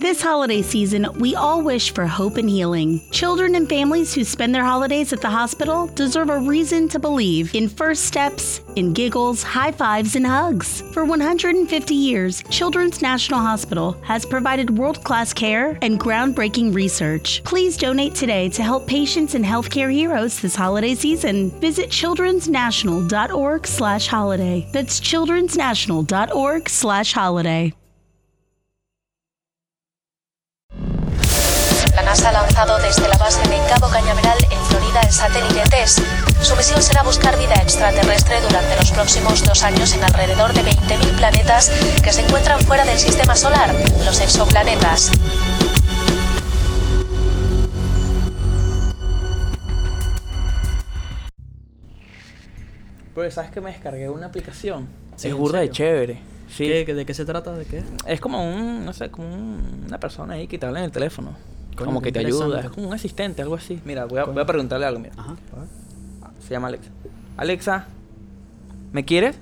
This holiday season, we all wish for hope and healing. Children and families who spend their holidays at the hospital deserve a reason to believe in first steps, in giggles, high fives, and hugs. For 150 years, Children's National Hospital has provided world class care and groundbreaking research. Please donate today to help patients and healthcare heroes this holiday season. Visit childrensnational.org slash holiday. That's childrensnational.org slash holiday. La NASA ha lanzado desde la base de Cabo Cañaveral en Florida el satélite TESS. Su misión será buscar vida extraterrestre durante los próximos dos años en alrededor de 20.000 planetas que se encuentran fuera del sistema solar, los exoplanetas. Pues sabes que me descargué una aplicación. Sí, es ¿en burda de serio? chévere. Sí. ¿Qué- qué- ¿De qué se trata? ¿De qué? Es como un, no sé, como un- una persona ahí que te habla en el teléfono. Coño, como qué que te ayuda. interesante. Es como un asistente, algo así. Mira, voy a, voy a preguntarle algo, mira. Ah, Ajá. Se llama Alexa. Alexa, ¿me quieres?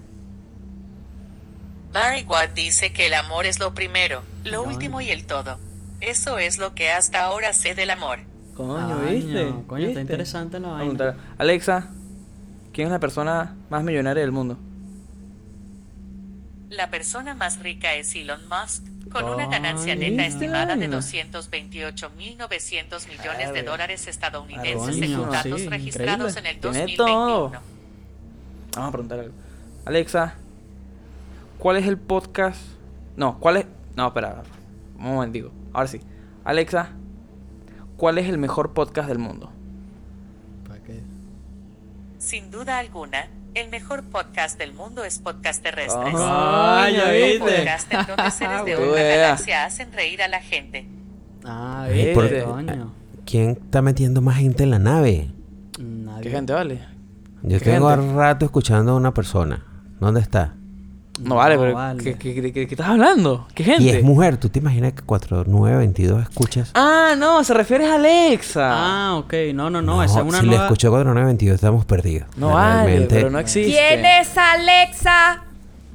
Barry Watt dice que el amor es lo primero, lo último y el todo. Eso es lo que hasta ahora sé del amor. Coño, Coño, ¿viste? coño, ¿Viste? está interesante la Voy a vaina. preguntar, Alexa, ¿quién es la persona más millonaria del mundo? La persona más rica es Elon Musk, con Ay, una ganancia neta mira. estimada de 228.900 millones de dólares estadounidenses, Coño, según datos sí, registrados en increíble. el Tiene todo. 2021. Vamos a preguntar algo. Alexa, ¿cuál es el podcast? No, ¿cuál es? No, espera. Un momentico. Ahora sí. Alexa, ¿cuál es el mejor podcast del mundo? ¿Para qué? Sin duda alguna, el mejor podcast del mundo es Podcast Terrestres. Ah, ya Un viste. podcast en donde seres de Tú otra veas. galaxia hacen reír a la gente. Ah, Eh, ¿viste? por- Coño. ¿Quién está metiendo más gente en la nave? eh, Nadie. ¿Qué gente vale? Yo ¿Qué tengo gente? rato escuchando a una persona. ¿Dónde está? No vale, No pero vale. ¿qué, qué, qué- qué- qué estás hablando? ¿Qué Y es gente? mujer. ¿Tú te imaginas que 4922 escuchas? Ah, no, se refiere a Alexa. Ah, ok. No, no, no. Esa es una si le nueva... escuchó 4922 estamos perdidos. no vale, Realmente, pero no existe. ¿Quién es Alexa?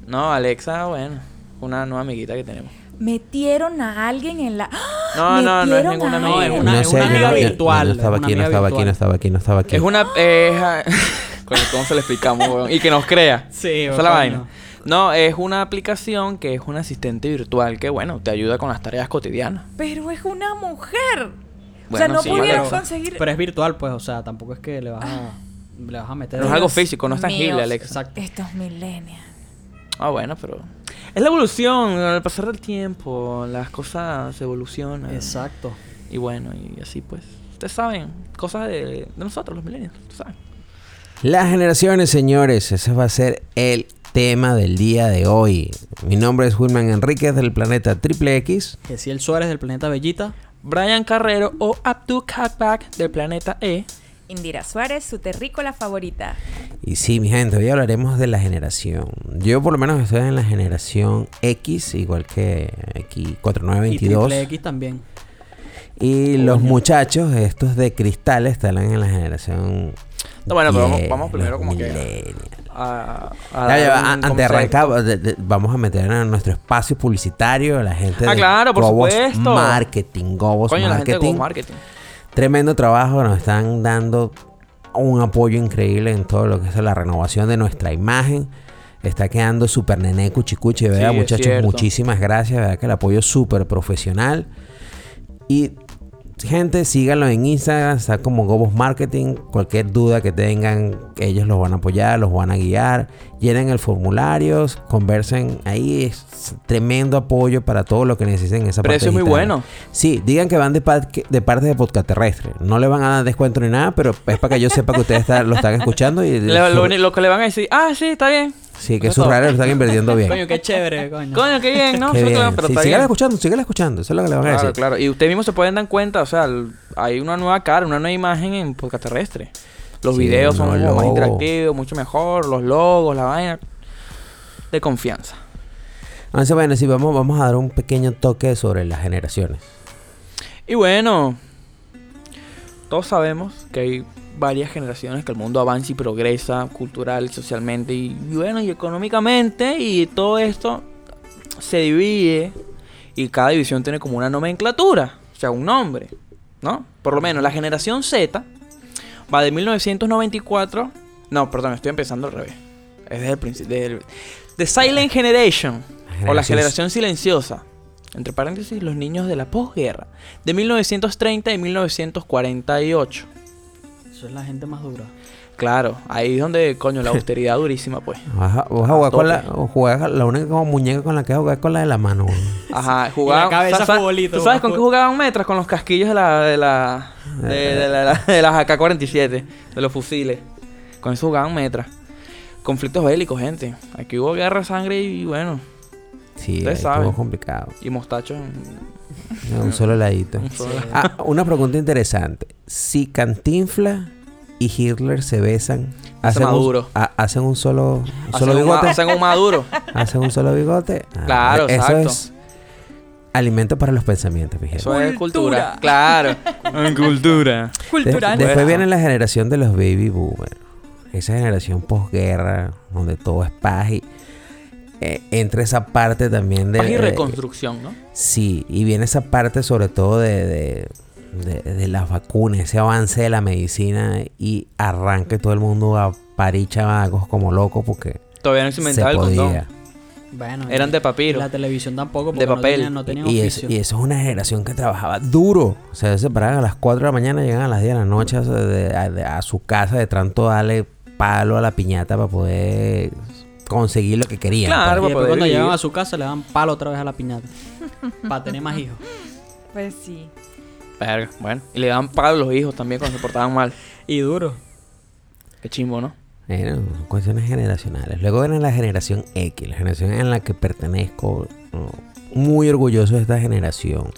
No, Alexa, bueno, una nueva amiguita que tenemos. Metieron a alguien en la. ¡Ah! No, no, no es Metieron ninguna a no, es alguien. una- no es sé, yo amiga no- yo- yo virtual, No estaba es una aquí, no amiga estaba aquí, virtual. no estaba aquí, no estaba aquí. Es una. eh, ja- Coño, ¿Cómo se le explicamos, weón? Y que nos crea. Sí, Esa es la coño. vaina. No, es una aplicación que es un asistente virtual que, bueno, te ayuda con las tareas cotidianas. Pero es una mujer. o sea, Bueno, no sí, pudieron pero- conseguir. Pero es virtual, pues. O sea, tampoco es que le vas a... Le vas a meter... No es algo físico, no es tangible, míos. Alexa. Exacto. Estos millennials. Ah, bueno, pero. Es la evolución. Al pasar del tiempo, las cosas evolucionan. Exacto. Y bueno, y así pues. Ustedes saben, cosas de, de nosotros, los millennials, tú sabes. Las generaciones, señores, ese va a ser el tema del día de hoy. Mi nombre es Wilman Enríquez del planeta Triple X. Que si el Suárez del planeta Bellita... Brian Carrero o Abdu Kakbak del planeta E. Indira Suárez, su terrícola favorita. Y sí, mi gente, hoy hablaremos de la generación. Yo por lo menos estoy en la generación X, igual que aquí Y triple 4922. X también. Y, los muchachos, estos de cristal, estarán en la generación... No, bueno, pero vamos- Y, eh, vamos primero los como que- millennials. A, a Ya, ya, dar un a- antes de concepto. arrancar, de- de- vamos a meter en nuestro espacio publicitario a la gente Ah, de claro, por Gobos supuesto. Marketing, Gobos Coño, la gente de Marketing. Go Marketing. Tremendo trabajo, nos están dando un apoyo increíble en todo lo que es la renovación de nuestra imagen. Está quedando súper nené cuchicuche, ¿verdad, Sí, es muchachos? cierto. Muchísimas gracias, ¿verdad? Que el apoyo es súper profesional. Y, gente, síganlo en Instagram, está como Gobos Marketing. Cualquier duda que tengan, ellos los van a apoyar, los van a guiar. Llenen el formulario, conversen ahí. Es tremendo apoyo para todo lo que necesiten en esa Precio parte muy digital. bueno. Sí, digan que van de, pa- que- de parte de Podcast Terrestre. No le van a dar descuento ni nada, pero es para que yo sepa que ustedes está- lo están escuchando y Le- su- lo, uni- lo que le van a decir, ah, sí, está bien. sí, que Eso sus es todo. radios lo están invirtiendo bien. Coño, qué chévere, coño. Coño, qué bien, ¿no? Qué Eso está bien. bien, pero Sí, está síguela bien. escuchando, síguela escuchando. Eso es lo que le van a Claro, decir. claro. Y ustedes mismos se pueden dar cuenta, o sea, el- hay una nueva cara, una nueva imagen en podcast terrestre. Los Sí, videos son un como nuevo más logo. interactivos, mucho mejor, los logos, la vaina. De confianza. Entonces, bueno, Ah, sí, vamos, vamos a dar un pequeño toque sobre las generaciones. Y bueno, todos sabemos que hay varias generaciones que el mundo avanza y progresa cultural, socialmente y, y bueno, y económicamente. Y todo esto se divide Y cada división tiene como una nomenclatura, o sea, un nombre, ¿no? Por lo menos la generación Z va de 1994. No, perdón, estoy empezando al revés. Es desde el principio. The Silent Generation, La o la generación- generación silenciosa. Entre paréntesis, los niños de la posguerra. De 1930 y 1948. Eso es la gente más dura. Claro, ahí es donde, coño, la austeridad durísima, pues. Vas a, vas a jugar con la, o jugar- la única como muñeca con la que vas a jugar es con la de la mano. güey. Ajá, jugaban. Y la cabeza ¿sabes- futbolito, ¿Tú sabes con jug- qué jugaban metras? Con los casquillos de la. de la. de, de la, de las AK-47, de los fusiles. Con eso jugaban metras. Conflictos bélicos, gente. Aquí hubo guerra, sangre y bueno. Sí, Ustedes ahí saben. estuvo complicado. Y mostachos. en- Ah, Un solo ladito. un solo lado. Ah, una pregunta interesante. Si Cantinfla y Hitler se besan, hacen un, Maduro. a- hacen un solo, un Hacen solo un ma- bigote. Hacen un maduro. Hacen un solo bigote. Ah, Claro, eso exacto. es alimento para los pensamientos, fíjate. Eso es cultura. Claro. En cultura. De- Cultural. después Bueno. viene la generación de los baby boomers. Esa generación posguerra, donde todo es paz y eh, entra esa parte también de... Paz y de- reconstrucción, ¿no? sí, y viene esa parte sobre todo de, de- de- de las vacunas, ese avance de la medicina y arranque todo el mundo a parir chamacos como locos porque Todavía no se se inventaba el podía. condón. Bueno. Eran y- de papiro. y La televisión tampoco. Porque De no papel. tenían- No tenían, Y, es- oficio. y eso es una generación que trabajaba duro. O sea, se paraban a las 4 de la mañana, llegaban a las 10 de la noche a, de- a- de- a su casa de tanto darle palo a la piñata para poder conseguir lo que querían. Claro, pues. para Y después poder cuando vivir. llegan a su casa le dan palo otra vez a la piñata. para tener más hijos. Pues sí. Verga, bueno. Y le daban palo a los hijos también cuando se portaban mal. Y duro. Qué chimbo, ¿no? Bueno, son cuestiones generacionales. Luego viene la generación X, la generación en la que pertenezco. ¿no? Muy orgulloso de esta generación.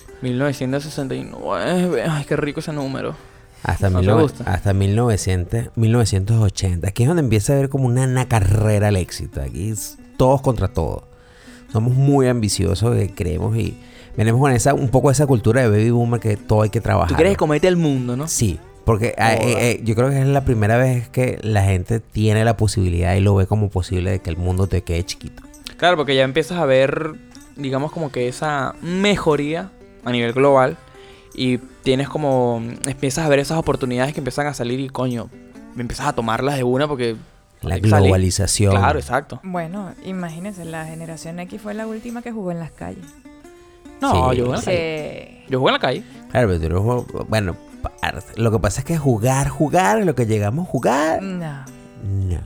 1969. Ay, qué rico ese número. Hasta, No te mil nove- gusta. hasta 1900, 1980. Aquí es donde empieza a haber como una, una carrera al éxito. Aquí es todos contra todos. Somos muy ambiciosos, eh, creemos y venimos con esa un poco esa cultura de baby boomer que todo hay que trabajar. Tú quieres comerte el mundo, ¿no? Sí, porque ah, eh, eh, yo creo que es la primera vez que la gente tiene la posibilidad y lo ve como posible de que el mundo te quede chiquito. Claro, porque ya empiezas a ver, digamos, como que esa mejoría a nivel global. Y tienes como. Empiezas a ver esas oportunidades que empiezan a salir y coño. Empiezas a tomarlas de una porque. La hay que salir. globalización. Claro, exacto. Bueno, imagínense, la generación X fue la última que jugó en las calles. No, Sí. yo jugué en la calle. Sí. Yo jugué en la calle. Claro, pero tú eres un- bueno, parte. lo que pasa es que jugar, jugar, lo que llegamos a jugar, No. no.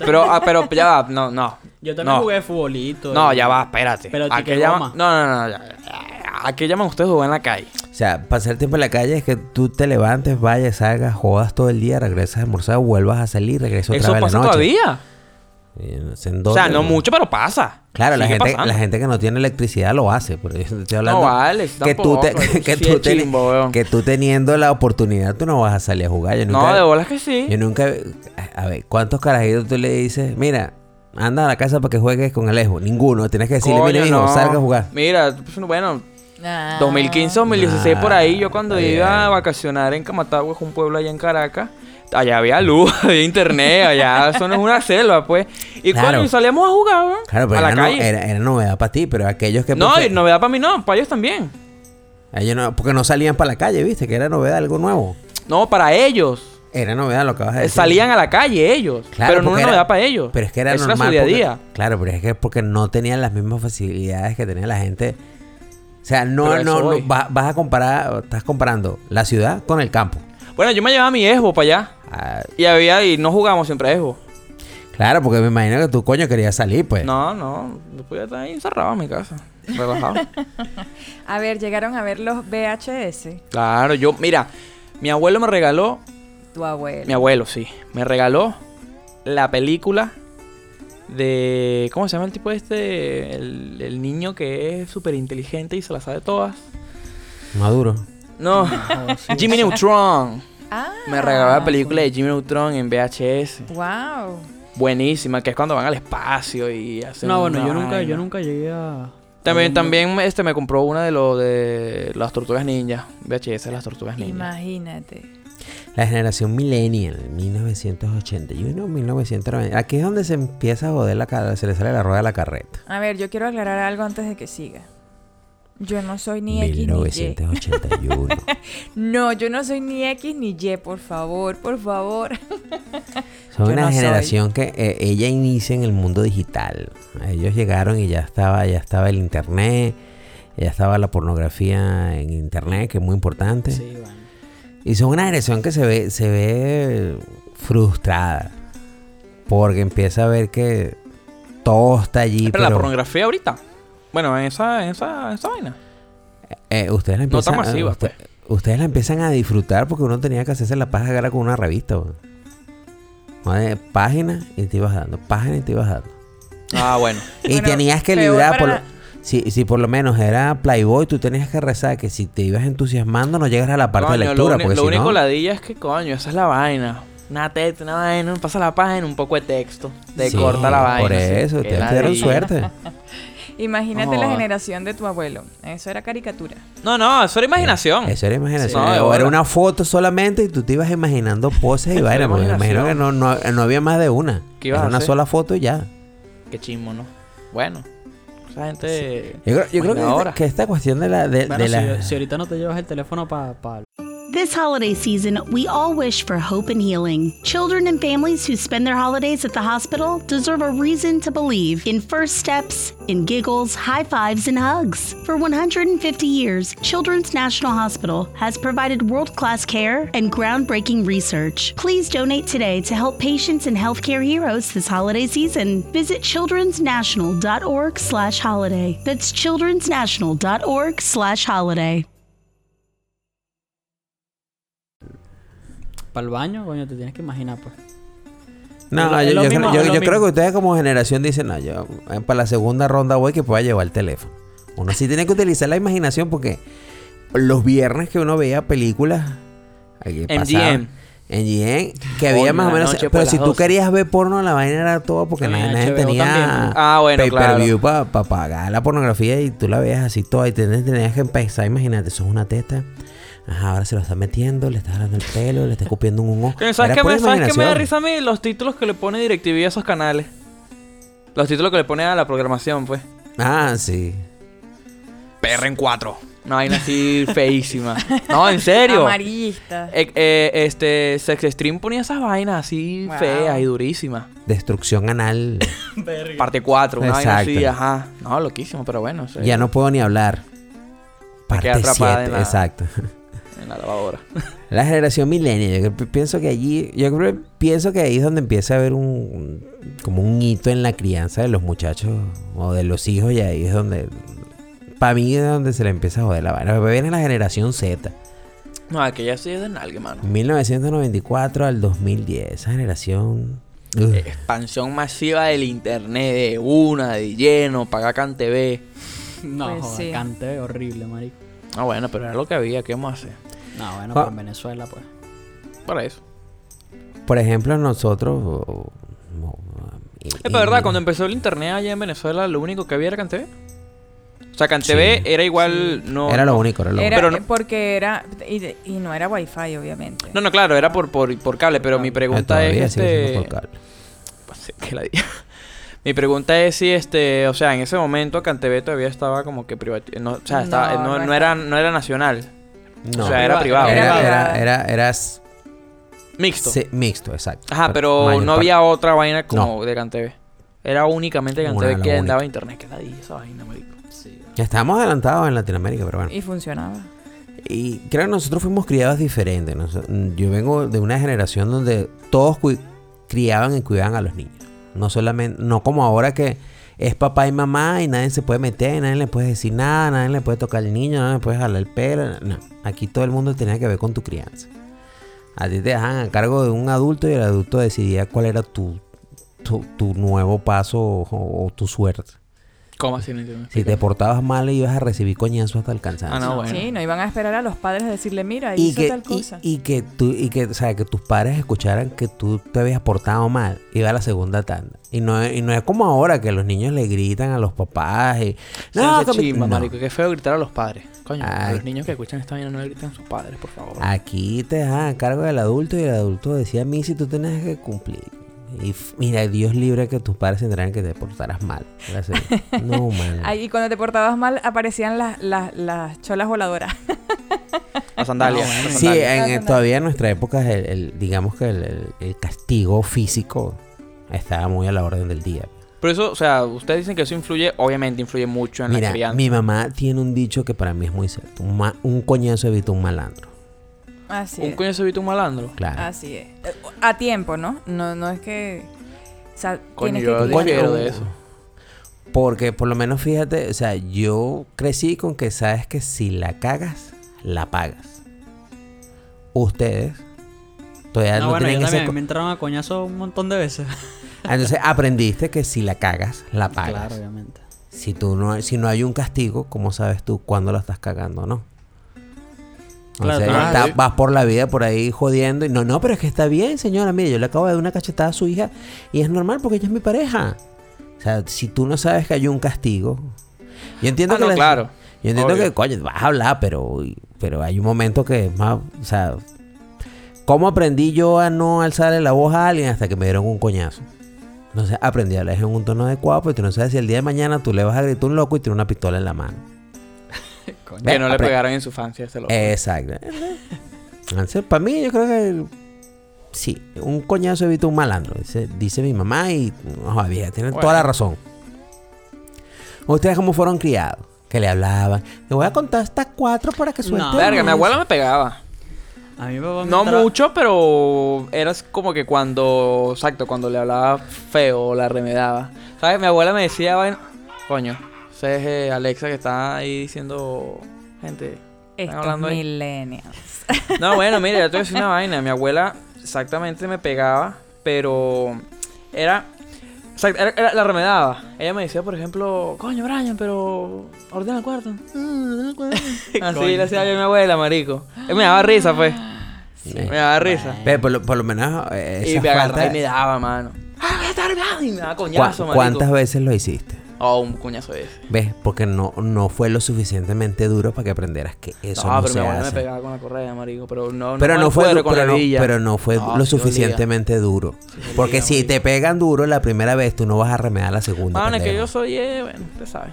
Pero, ah, pero ya va, no, no. Yo también no. jugué futbolito. No, y- ya va, espérate. Pero ¿A qué tique llaman? goma. No, no, no. ya- ya- ¿A qué llaman ustedes jugar en la calle? O sea, pasar tiempo en la calle es que tú te levantes, vayas, salgas, jodas todo el día, regresas a almorzar, vuelvas a salir, regresas otra Eso vez a la pasa noche. todavía. Y no sé en O sea, dónde, no mucho, pero pasa. Claro, la Sigue gente, pasando. la gente que no tiene electricidad lo hace, pero yo te estoy hablando. No vale, que tú, te- tampoco, que, sí tú es teni- chimbo, weón. que tú teniendo la oportunidad, tú no vas a salir a jugar. Yo nunca, No, de bolas que sí. yo nunca. A ver, ¿cuántos carajitos tú le dices? Mira, anda a la casa para que juegues con Alejo. Ninguno. Tienes que decirle, Coño, mira, hijo, no. salga a jugar. Mira, pues, bueno, Ah. 2015, 2016 por ahí, yo cuando Ah, bien. iba a vacacionar en Camatagua, es un pueblo allá en Caracas, allá había luz, había internet, allá eso no es una selva, pues. Y Claro. cuando salíamos a jugar, weón, Claro, pero a la era, no- calle. era- era novedad para ti, pero aquellos que. no, porque- y novedad para mí no, para ellos también. ellos no- porque no salían para la calle, viste, que era novedad, algo nuevo. No, para ellos. Era novedad lo que vas a Eh, decir. Salían a la calle ellos, Ah, Claro, pero no porque una era- novedad para ellos. Pero es que era Eso normal. su día a porque- día. Claro, pero es que porque no tenían las mismas facilidades que tenía la gente. O sea, no, Pero a eso no, voy. no, va- vas a comparar, estás comparando la ciudad con el campo. Bueno, yo me llevaba mi Esbo para allá Ah, y había y no jugábamos siempre a Esbo. claro, porque me imagino que tu coño quería salir, pues. No, no, yo podía estar ahí encerrado en mi casa, relajado. A ver, llegaron a ver los VHS. Claro, yo, mira, mi abuelo me regaló, Tu mi abuelo. abuelo, sí, me regaló la película de, ¿cómo se llama el tipo este? El, el niño que es súper inteligente y se la sabe todas. Maduro. No, Jimmy Neutron. Ah. Me regaló la película de Jimmy Neutron en VHS. Wow. Buenísima, que es cuando van al espacio y hacen No, bueno, una yo nunca, vaina. yo nunca llegué a. También, también este, me compró una de los de las tortugas ninja. VHS de las tortugas ninja. Imagínate. La generación millennial, 1981, 1990. Aquí es donde se empieza a joder la cara, se le sale la rueda de la carreta. A ver, yo quiero aclarar algo antes de que siga. Yo no soy ni X ni Y. 1981. No, yo no soy ni X ni Y, por favor, por favor. Son Yo una no soy. generación que eh, ella inicia en el mundo digital. Ellos llegaron y ya estaba, ya estaba el internet, ya estaba la pornografía en internet, que es muy importante. Sí, bueno. Y son una generación que se ve, se ve frustrada. Porque empieza a ver que todo está allí. Pero la pero, pornografía ahorita. Bueno, en esa, en esa, en esa vaina. eh, ustedes la No tan empiezan, masiva, pues. usted- ustedes la empiezan a disfrutar porque uno tenía que hacerse la paja cara con una revista. weón. Madre, Página y te ibas dando, página y te ibas dando. Ah, bueno. Y Bueno, tenías que peor librar para por lo- la- si, si por lo menos era Playboy, tú tenías que rezar que si te ibas entusiasmando no llegas a la parte Coño, de lo lectura. uni- porque lo si único no, ladilla es que, coño, esa es la vaina. Una teta, una vaina, pasa la página, un poco de texto. Te Sí, corta la vaina. Por sí. eso, Qué te dieron ladilla. suerte. Imagínate No, la ah. generación de tu abuelo. Eso era caricatura. No, no, eso era imaginación. Eso era imaginación. Sí. No, de o era bola. una foto solamente y tú te ibas imaginando poses y Eso vainas. era porque Me imagino que no, imaginación. no, no había más de una. ¿Qué ibas Era a una hacer? sola foto y ya. Qué chismo, ¿no? Bueno, esa gente. Yo creo, yo creo que, Imaginadora. esta, que esta cuestión de la... De, Bueno, de si, la- si ahorita no te llevas el teléfono para This holiday season, we all wish for hope and healing. Children and families who spend their holidays at the hospital deserve a reason to believe in first steps, in giggles, high fives, and hugs. For 150 years, Children's National Hospital has provided world class care and groundbreaking research. Please donate today to help patients and healthcare heroes this holiday season. Visit childrensnational.org slash holiday. That's childrensnational.org slash holiday. el baño, coño, te tienes que imaginar, pues. No, Es yo, lo yo mismo, creo- yo- es lo yo creo mismo. que ustedes como generación dicen, no, yo eh, para la segunda ronda voy que pueda llevar el teléfono. Uno sí tiene que utilizar la imaginación porque los viernes que uno veía películas... aquí pasaban, MGM. MGM, que Coño, había más o la menos... noche por Pero las si tú 12. querías ver porno, la vaina era todo porque Sí, nadie, en nadie HBO tenía también. Ah, bueno, pay-per-view para pagar la pornografía y tú la veías así toda y tenías, tenías que empezar, imagínate, eso es una teta. Ajá, ahora se lo está metiendo, le está jalando el pelo, le está escupiendo un ojo. Coño, Era ¿Sabes qué pura me, ¿sabes qué me da imaginación. risa a mí? Los títulos que le pone DirecTV a esos canales. Los títulos que le pone a la programación, pues. Ah, sí. PR en 4. Una vaina así feísima. No, en serio. Amarillista. Eh, eh, este, Sex Stream ponía esas vainas así Wow. feas y durísimas. Destrucción anal. Parte 4, una vaina así, Exacto. ajá. No, loquísimo, pero bueno. o sea, ya no puedo ni hablar. Parte quedé atrapada 7, en la- exacto. En la lavadora. La generación millennial, yo pi- pienso que allí, yo creo- pienso que ahí es donde empieza a haber un, un- como un hito en la crianza de los muchachos o de los hijos y ahí es donde, para mí es donde se le empieza a joder la vaina. Pero viene la generación Z, No, aquella sí es de nalgue, mano. 1994 al 2010, esa generación... ugh. Eh. Expansión masiva del internet, de una, de lleno, Pagacan TV. No, Pues joder, sí. cante horrible, marico. Ah, bueno, pero era lo que había, ¿qué vamos a hacer? No, bueno, Ah. pero en Venezuela, pues. Para eso. Por ejemplo, nosotros... o- o- y- Es verdad, y- cuando empezó el internet allá en Venezuela, lo único que había era CanTV. O sea, CanTV era igual, no... Era lo único, era lo único. Era Pero no- porque era y, y no era wifi obviamente. No, no, claro, era por, por, por cable, pero mi pregunta Ah, Todavía es... sigue siendo este, por cable. Pues, sí, que la di- Mi pregunta es si este, o sea, en ese momento CanTV todavía estaba como que privati- no, o sea, estaba- No, no, no no era, no era nacional, No. o sea, era Era- privado, era- Era, privada. era, era, era s- mixto. se- mixto, exacto. Ajá, pero mayor no parte. había otra vaina como de CanTV. Era únicamente Una, CanTV la que única. andaba internet, que la di esa vaina, marico. Ya estábamos adelantados en Latinoamérica, pero bueno. Y funcionaba. Y creo que nosotros fuimos criados diferentes. Nos- Yo vengo de una generación donde todos cui- criaban y cuidaban a los niños. No solamente, no como ahora que es papá y mamá y nadie se puede meter, nadie le puede decir nada, nadie le puede tocar al niño, nadie le puede jalar el pelo. No, aquí todo el mundo tenía que ver con tu crianza. A ti te dejaban a cargo de un adulto y el adulto decidía cuál era tu, tu, tu nuevo paso o, o tu suerte. ¿Cómo así? No entiendo. Si te portabas mal, ibas a recibir coñazo hasta el cansancio. Ah, no, bueno. Sí, no iban a esperar a los padres a decirle, mira, y hizo que, tal y, cosa. y que tú y que, o sea, que tus padres escucharan que tú te habías portado mal iba a la segunda tanda y no es- y no es como ahora que los niños le gritan a los papás y Se me hace que mi- chimba, no. marico, qué feo gritar a los padres. Coño, a Ay. Ah, los niños que escuchan esta vaina no le gritan a sus padres, por favor. aquí te dejan a cargo del adulto y el adulto decía a mí si tú tenías que cumplir Y f- mira, Dios libre que tus padres se enteraran que te portaras mal. Era así, No, man. Ay, y cuando te portabas mal aparecían las, las, las cholas voladoras. La sandalia. No, la bueno. Sí, eh. sandalia. en- en- todavía en nuestra época, el, el- digamos que el, el- el castigo físico estaba muy a la orden del día. Pero eso, o sea, ustedes dicen que eso influye, obviamente influye mucho en la Mira, crianza. mi mamá tiene un dicho que para mí es muy cierto. Un, ma- un coñazo evita un malandro. Así ¿Un es. coño se evita un malandro? Claro. Así es. Eh, A tiempo, ¿no? No, no es que. O sea, Coño, tienes yo que. criar- difiero de eso. Porque por lo menos fíjate, o sea, yo crecí con que sabes que si la cagas, la pagas. Ustedes todavía no, No, bueno, tienen yo ese también co- me entraron a coñazo un montón de veces. Ah, Entonces aprendiste que si la cagas, la pagas. Claro, obviamente. Si tú no, si no hay un castigo, ¿cómo sabes tú cuándo la estás cagando o no? Claro, Entonces, claro. está- vas por la vida por ahí jodiendo y no, no, pero es que está bien, señora. Mire, yo le acabo de dar una cachetada a su hija y es normal porque ella es mi pareja. O sea, si tú no sabes que hay un castigo, yo entiendo Ah, que no, la- claro. yo entiendo Obvio. que, coño, vas a hablar, pero, pero hay un momento que es más. O sea, ¿cómo aprendí yo a no alzarle la voz a alguien hasta que me dieron un coñazo? Entonces aprendí a hablar en un tono adecuado, pero tú no sabes si el día de mañana tú le vas a gritar a un loco y tiene una pistola en la mano. Coño. Ve, Eh. Que no le apre- pegaron en su infancia, se lo Exacto. Entonces, para mí, yo creo que. el- Sí, un coñazo evita un malandro, dice, dice mi mamá y. No, vieja, tienen Bueno. toda la razón. ¿Ustedes cómo fueron criados? Que le hablaban. Le voy a contar hasta cuatro para que suelte. No. Verga, mi una". abuela me pegaba. A mí mi papá me No entraba- mucho, pero era así como que cuando, exacto, cuando le hablaba feo, la remedaba. ¿Sabes? Mi abuela me decía, vaina- coño, ese es eh, Alexa que está ahí diciendo, gente, están Estos hablando ahí. millennials. No, bueno, mira, yo te voy a decir una vaina. Mi abuela exactamente me pegaba, pero era. o sea, era- era- la remedaba. Ella me decía, por ejemplo, coño, Brian, pero ordena el cuarto. Mm, ordena el cuarto. Así Coño. le hacía yo a mi abuela, marico. Y me daba risa, pues. Me daba risa. Ve, por, lo, por lo menos. eh, Y esa me agarraba falta- y me daba, mano. Ah, voy a estar bravo. Y me daba ¿Cu- coñazo, marico. ¿Cuántas veces lo hiciste? Oh, un coñazo de ese. ¿Ves? Porque no, no fue lo suficientemente duro para que aprenderas que eso no, no, Ah, pero se mi abuela hace. me pegaba con la correa, marico. Pero no, no Pero me no, fue, acuerdo du- con pero, la no, hebilla. pero no fue No, lo sí dolía. suficientemente duro. Porque si te pegan duro la primera vez, tú no vas a remedar la segunda. Mano, es que pendejo. yo soy, eh, bueno, usted sabe.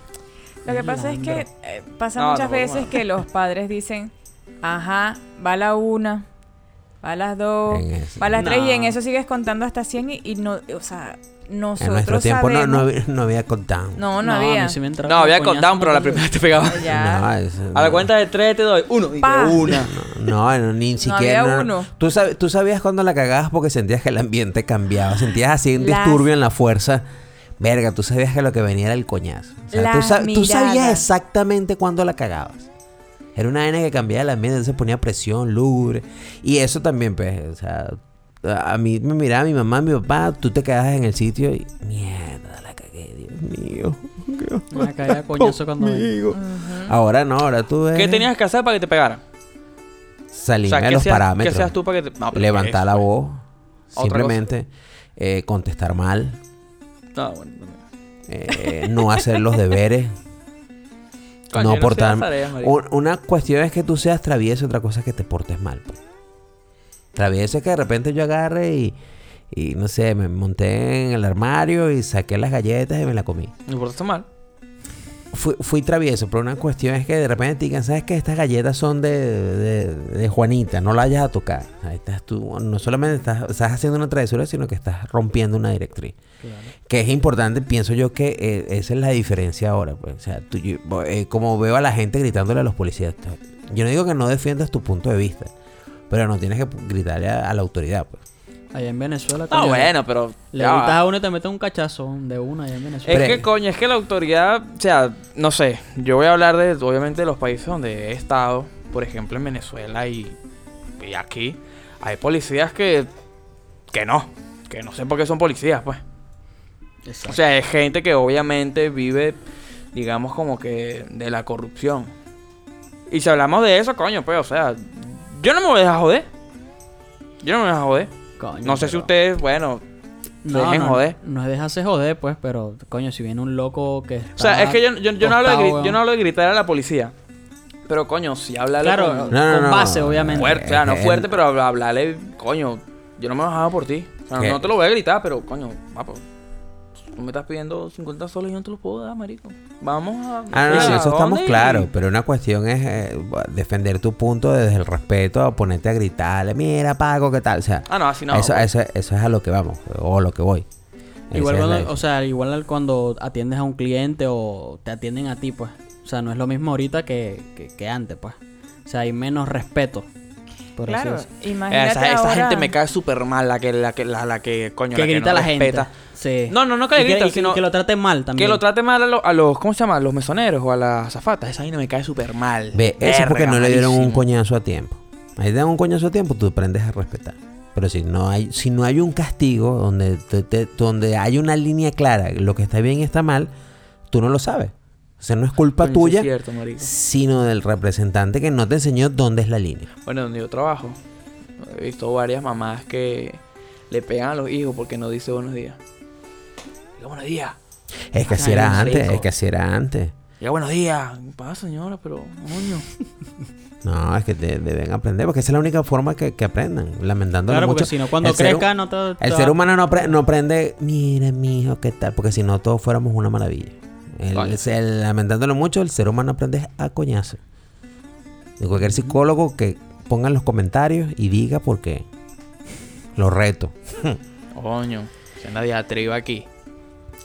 Lo que pasa es que eh, pasa No, muchas tampoco veces malo. que los padres dicen, ajá, va la una, va las dos, En eso. va las tres, y en No. eso sigues contando hasta 100 y, y no, o sea, nosotros en nuestro tiempo no, sabemos... no, había, no había countdown. no, no a mí había. sí me entraba No, había coñazo contado, un pero la montón de primera te pegaba. Ya. No, eso A la no. cuenta de tres te doy uno. Y Pa. de una. No, no, ni siquiera. había no, no. uno. Tú, sab- tú sabías cuando la cagabas porque sentías que el ambiente cambiaba. Sentías así un Las- disturbio en la fuerza. Verga, tú sabías que lo que venía era el coñazo. O sea, tú, Las sa- tú sabías miradas. exactamente cuándo la cagabas. Era una vaina que cambiaba el ambiente, entonces ponía presión, lubre. Y eso también, pues, o sea, a a mí me miraba mi mamá, mi papá, tú te quedabas en el sitio y mierda, la cagué, Dios mío. ¿qué Me voy a caer a coñazo cuando me- conmigo?". Ahora no, ahora tú ¿Qué eres- tenías que hacer para que te pegaran? salirme O sea, de ¿qué los seas, ¿qué parámetros. seas tú para que te.? No, pero levantar eso, la pues. voz, cosa. simplemente eh, contestar mal, No, bueno. no. eh, no hacer los deberes, Coño, yo no hacía portar. las tareas, marico. Un- una cuestión es que tú seas travieso, otra cosa es que te portes mal. pues. Travieso es que de repente yo agarre y, y no sé, me monté en el armario y saqué las galletas y me las comí. No portaste mal. Fui, fui travieso, pero una cuestión es que de repente te digan, ¿sabes que Estas galletas son de, de- de Juanita, no las vayas a tocar. Ahí estás tú, no solamente estás, estás haciendo una travesura, sino que estás rompiendo una directriz. Que es importante, pienso yo que eh, esa es la diferencia ahora. Pues. O sea, tú- yo- eh, como veo a la gente gritándole a los policías, t- yo no digo que no defiendas tu punto de vista, pero no tienes que gritarle a, a la autoridad. Pues. Allá en Venezuela. No, coño, bueno, pero. Le ya va. gritas a uno y te mete un cachazo de una allá en Venezuela. Es Pre- que coño, es que la autoridad, o sea, no sé, yo voy a hablar de, obviamente, de los países donde he estado, por ejemplo, en Venezuela y, y aquí, hay policías que, que no, que no sé por qué son policías, pues. O Exacto. sea, hay gente que obviamente vive, digamos, como que de la corrupción. Y si hablamos de eso, coño, pues, o sea, yo no me voy a dejar joder. Yo no me voy a dejar joder. Coño, No sé si pero- ustedes, bueno, se dejen no, joder. No es dejarse joder, pues, pero coño, si viene un loco que. O sea, es que yo, yo, yo no hablo de, gri- gritar yo no hablo de gritar a la policía. Pero coño, si hablarle Claro, con- No, no, con no. base, obviamente. fuerte, o sea, no Eh, eh, fuerte, pero habla- hablarle, coño, yo no me bajaba por ti. O sea, ¿Qué? no te lo voy a gritar, pero coño, papo. Tú me estás pidiendo 50 soles y yo no te los puedo dar, marico. Vamos a. Ah, no, no no, sé, en ¿a eso estamos dónde? claros, pero una cuestión es eh, defender tu punto desde el respeto a ponerte a gritarle, mira, Paco, ¿qué tal? O sea, Ah, no, así no. eso, pues. eso, eso es a lo que vamos, o a lo que voy. Igual Esa es la cuando, o sea, igual cuando atiendes a un cliente o te atienden a ti, pues. O sea, no es lo mismo ahorita que, que, que antes, pues. O sea, hay menos respeto. por así Claro, decirlo. imagínate. Esa, esa ahora- gente me cae súper mal, la que, la que, la, la que coño, Que la que grita no la gente. respeta. Sí. No, no, no que Y grita, y sino- que lo traten mal también. Que lo trate mal a, lo- a los, ¿cómo se llama? A los mesoneros o a las azafatas. Esa vaina me cae súper mal. Ve, eso es porque Verga, no le dieron un malísimo. coñazo a tiempo. Ahí te dan un coñazo a tiempo, tú aprendes a respetar. Pero si no hay, si no hay un castigo donde, te- te- donde hay una línea clara, lo que está bien y está mal, tú no lo sabes. O sea, no es culpa Coño, sí tuya, Es cierto, marico. sino del representante que no te enseñó dónde es la línea. Bueno, donde yo trabajo, he visto varias mamás que le pegan a los hijos porque no dice buenos días. Diga buenos días. Es que así Ay, era no sé, antes, hijo. es que así era antes. Diga buenos días. ¿Qué pasa, señora? Pero, coño. No, es que te- deben aprender, porque esa es la única forma que, que aprendan, lamentándolo Claro, mucho. porque si no, cuando El ser crezca, hu- no te. te El va- ser humano no, apre- no aprende, mira mi hijo, qué tal, porque si no todos fuéramos una maravilla. El, Coño. es el- lamentándolo mucho, el ser humano aprende a coñazo. De cualquier psicólogo que ponga en los comentarios y diga por qué. Lo reto. Coño. Se anda diatriba aquí.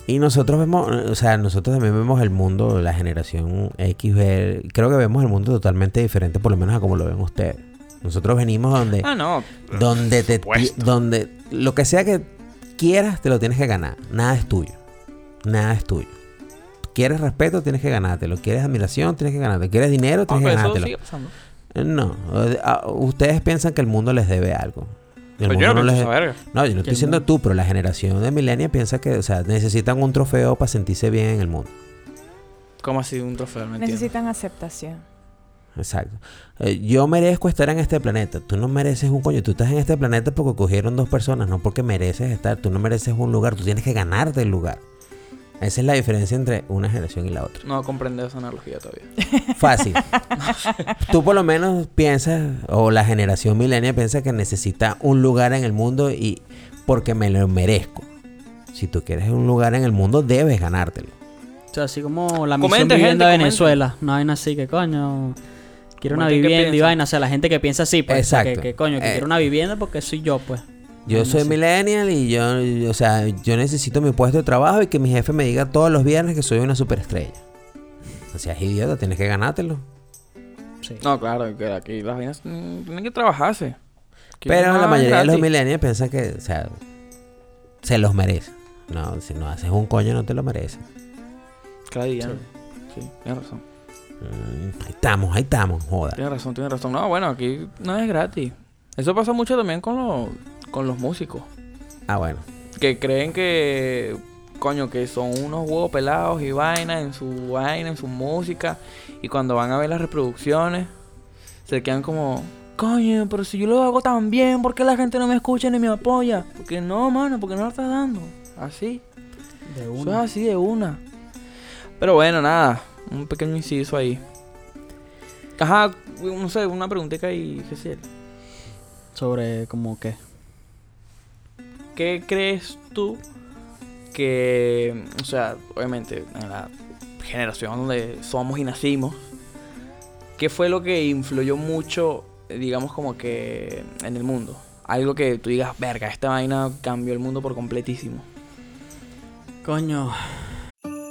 Y nosotros vemos, o sea, nosotros también vemos el mundo, la generación X, ver- creo que vemos el mundo totalmente diferente, por lo menos a como lo ven ustedes. Nosotros venimos donde, Ah, no. donde te, supuesto. donde lo que sea que quieras te lo tienes que ganar. Nada es tuyo, nada es tuyo. Quieres respeto, tienes que ganártelo. Quieres admiración, tienes que ganártelo. Quieres dinero, Ah, tienes pero que eso ganártelo. sigue pasando. No, eh, ah, ustedes piensan que el mundo les debe algo. Y Pero el mundo Pues yo no no les- pienso esa verga. no, yo no Que estoy el diciendo mundo- tú, pero la generación de Milenia piensa que, o sea, necesitan un trofeo para sentirse bien en el mundo. ¿Cómo así un trofeo? No entiendo. Necesitan aceptación. Exacto. Eh, yo merezco estar en este planeta. Tú no mereces un coño. Tú estás en este planeta porque cogieron dos personas, no porque mereces estar. Tú no mereces un lugar. Tú tienes que ganarte el lugar. Esa es la diferencia entre una generación y la otra. No comprendo esa analogía todavía. Fácil. Tú por lo menos piensas, o la generación milenia piensa que necesita un lugar en el mundo y porque me lo merezco. Si tú quieres un lugar en el mundo, debes ganártelo. O sea, así como la misión Comenten, gente, vivienda de comenten. Venezuela. Una vaina así que, coño. Quiero una Comenten qué vivienda y piensan. vaina. O sea, la gente que piensa así, pues. o sea, que- Exacto. Que, coño, que Eh. quiero una vivienda porque soy yo, pues. Yo Vaina soy así. millennial y yo, o sea, yo necesito mi puesto de trabajo y que mi jefe me diga todos los viernes que soy una superestrella. O sea, es idiota, tienes que ganártelo. Sí. No, claro, que aquí las vainas mm, tienen que trabajarse. Aquí Pero no la es mayoría de los gratis. millennials piensan que, o sea, se los merece. No, si no haces un coño no te lo mereces. Cada día. ¿no? Sí. tienes razón. Mm, ahí estamos, ahí estamos, joda. Tienes razón, tienes razón. No, bueno, aquí nada es gratis. Eso pasa mucho también con, los con los músicos. Ah, bueno. Que creen que, coño, que son unos huevos pelados y vainas en su vaina, en su música. Y cuando van a ver las reproducciones, se quedan como, coño, pero si yo lo hago tan bien, ¿por qué la gente no me escucha ni me apoya? Porque no, mano, porque no lo estás dando. Así. De Eso es así de una. Pero bueno, nada. Un pequeño inciso ahí. Ajá, no sé, una preguntita ahí, Gesiel. Sobre como que. ¿Qué crees tú que, o sea, obviamente, en la generación donde somos y nacimos, ¿qué fue lo que influyó mucho, digamos, como que en el mundo? Algo que tú digas, verga, esta vaina cambió el mundo por completísimo. Coño.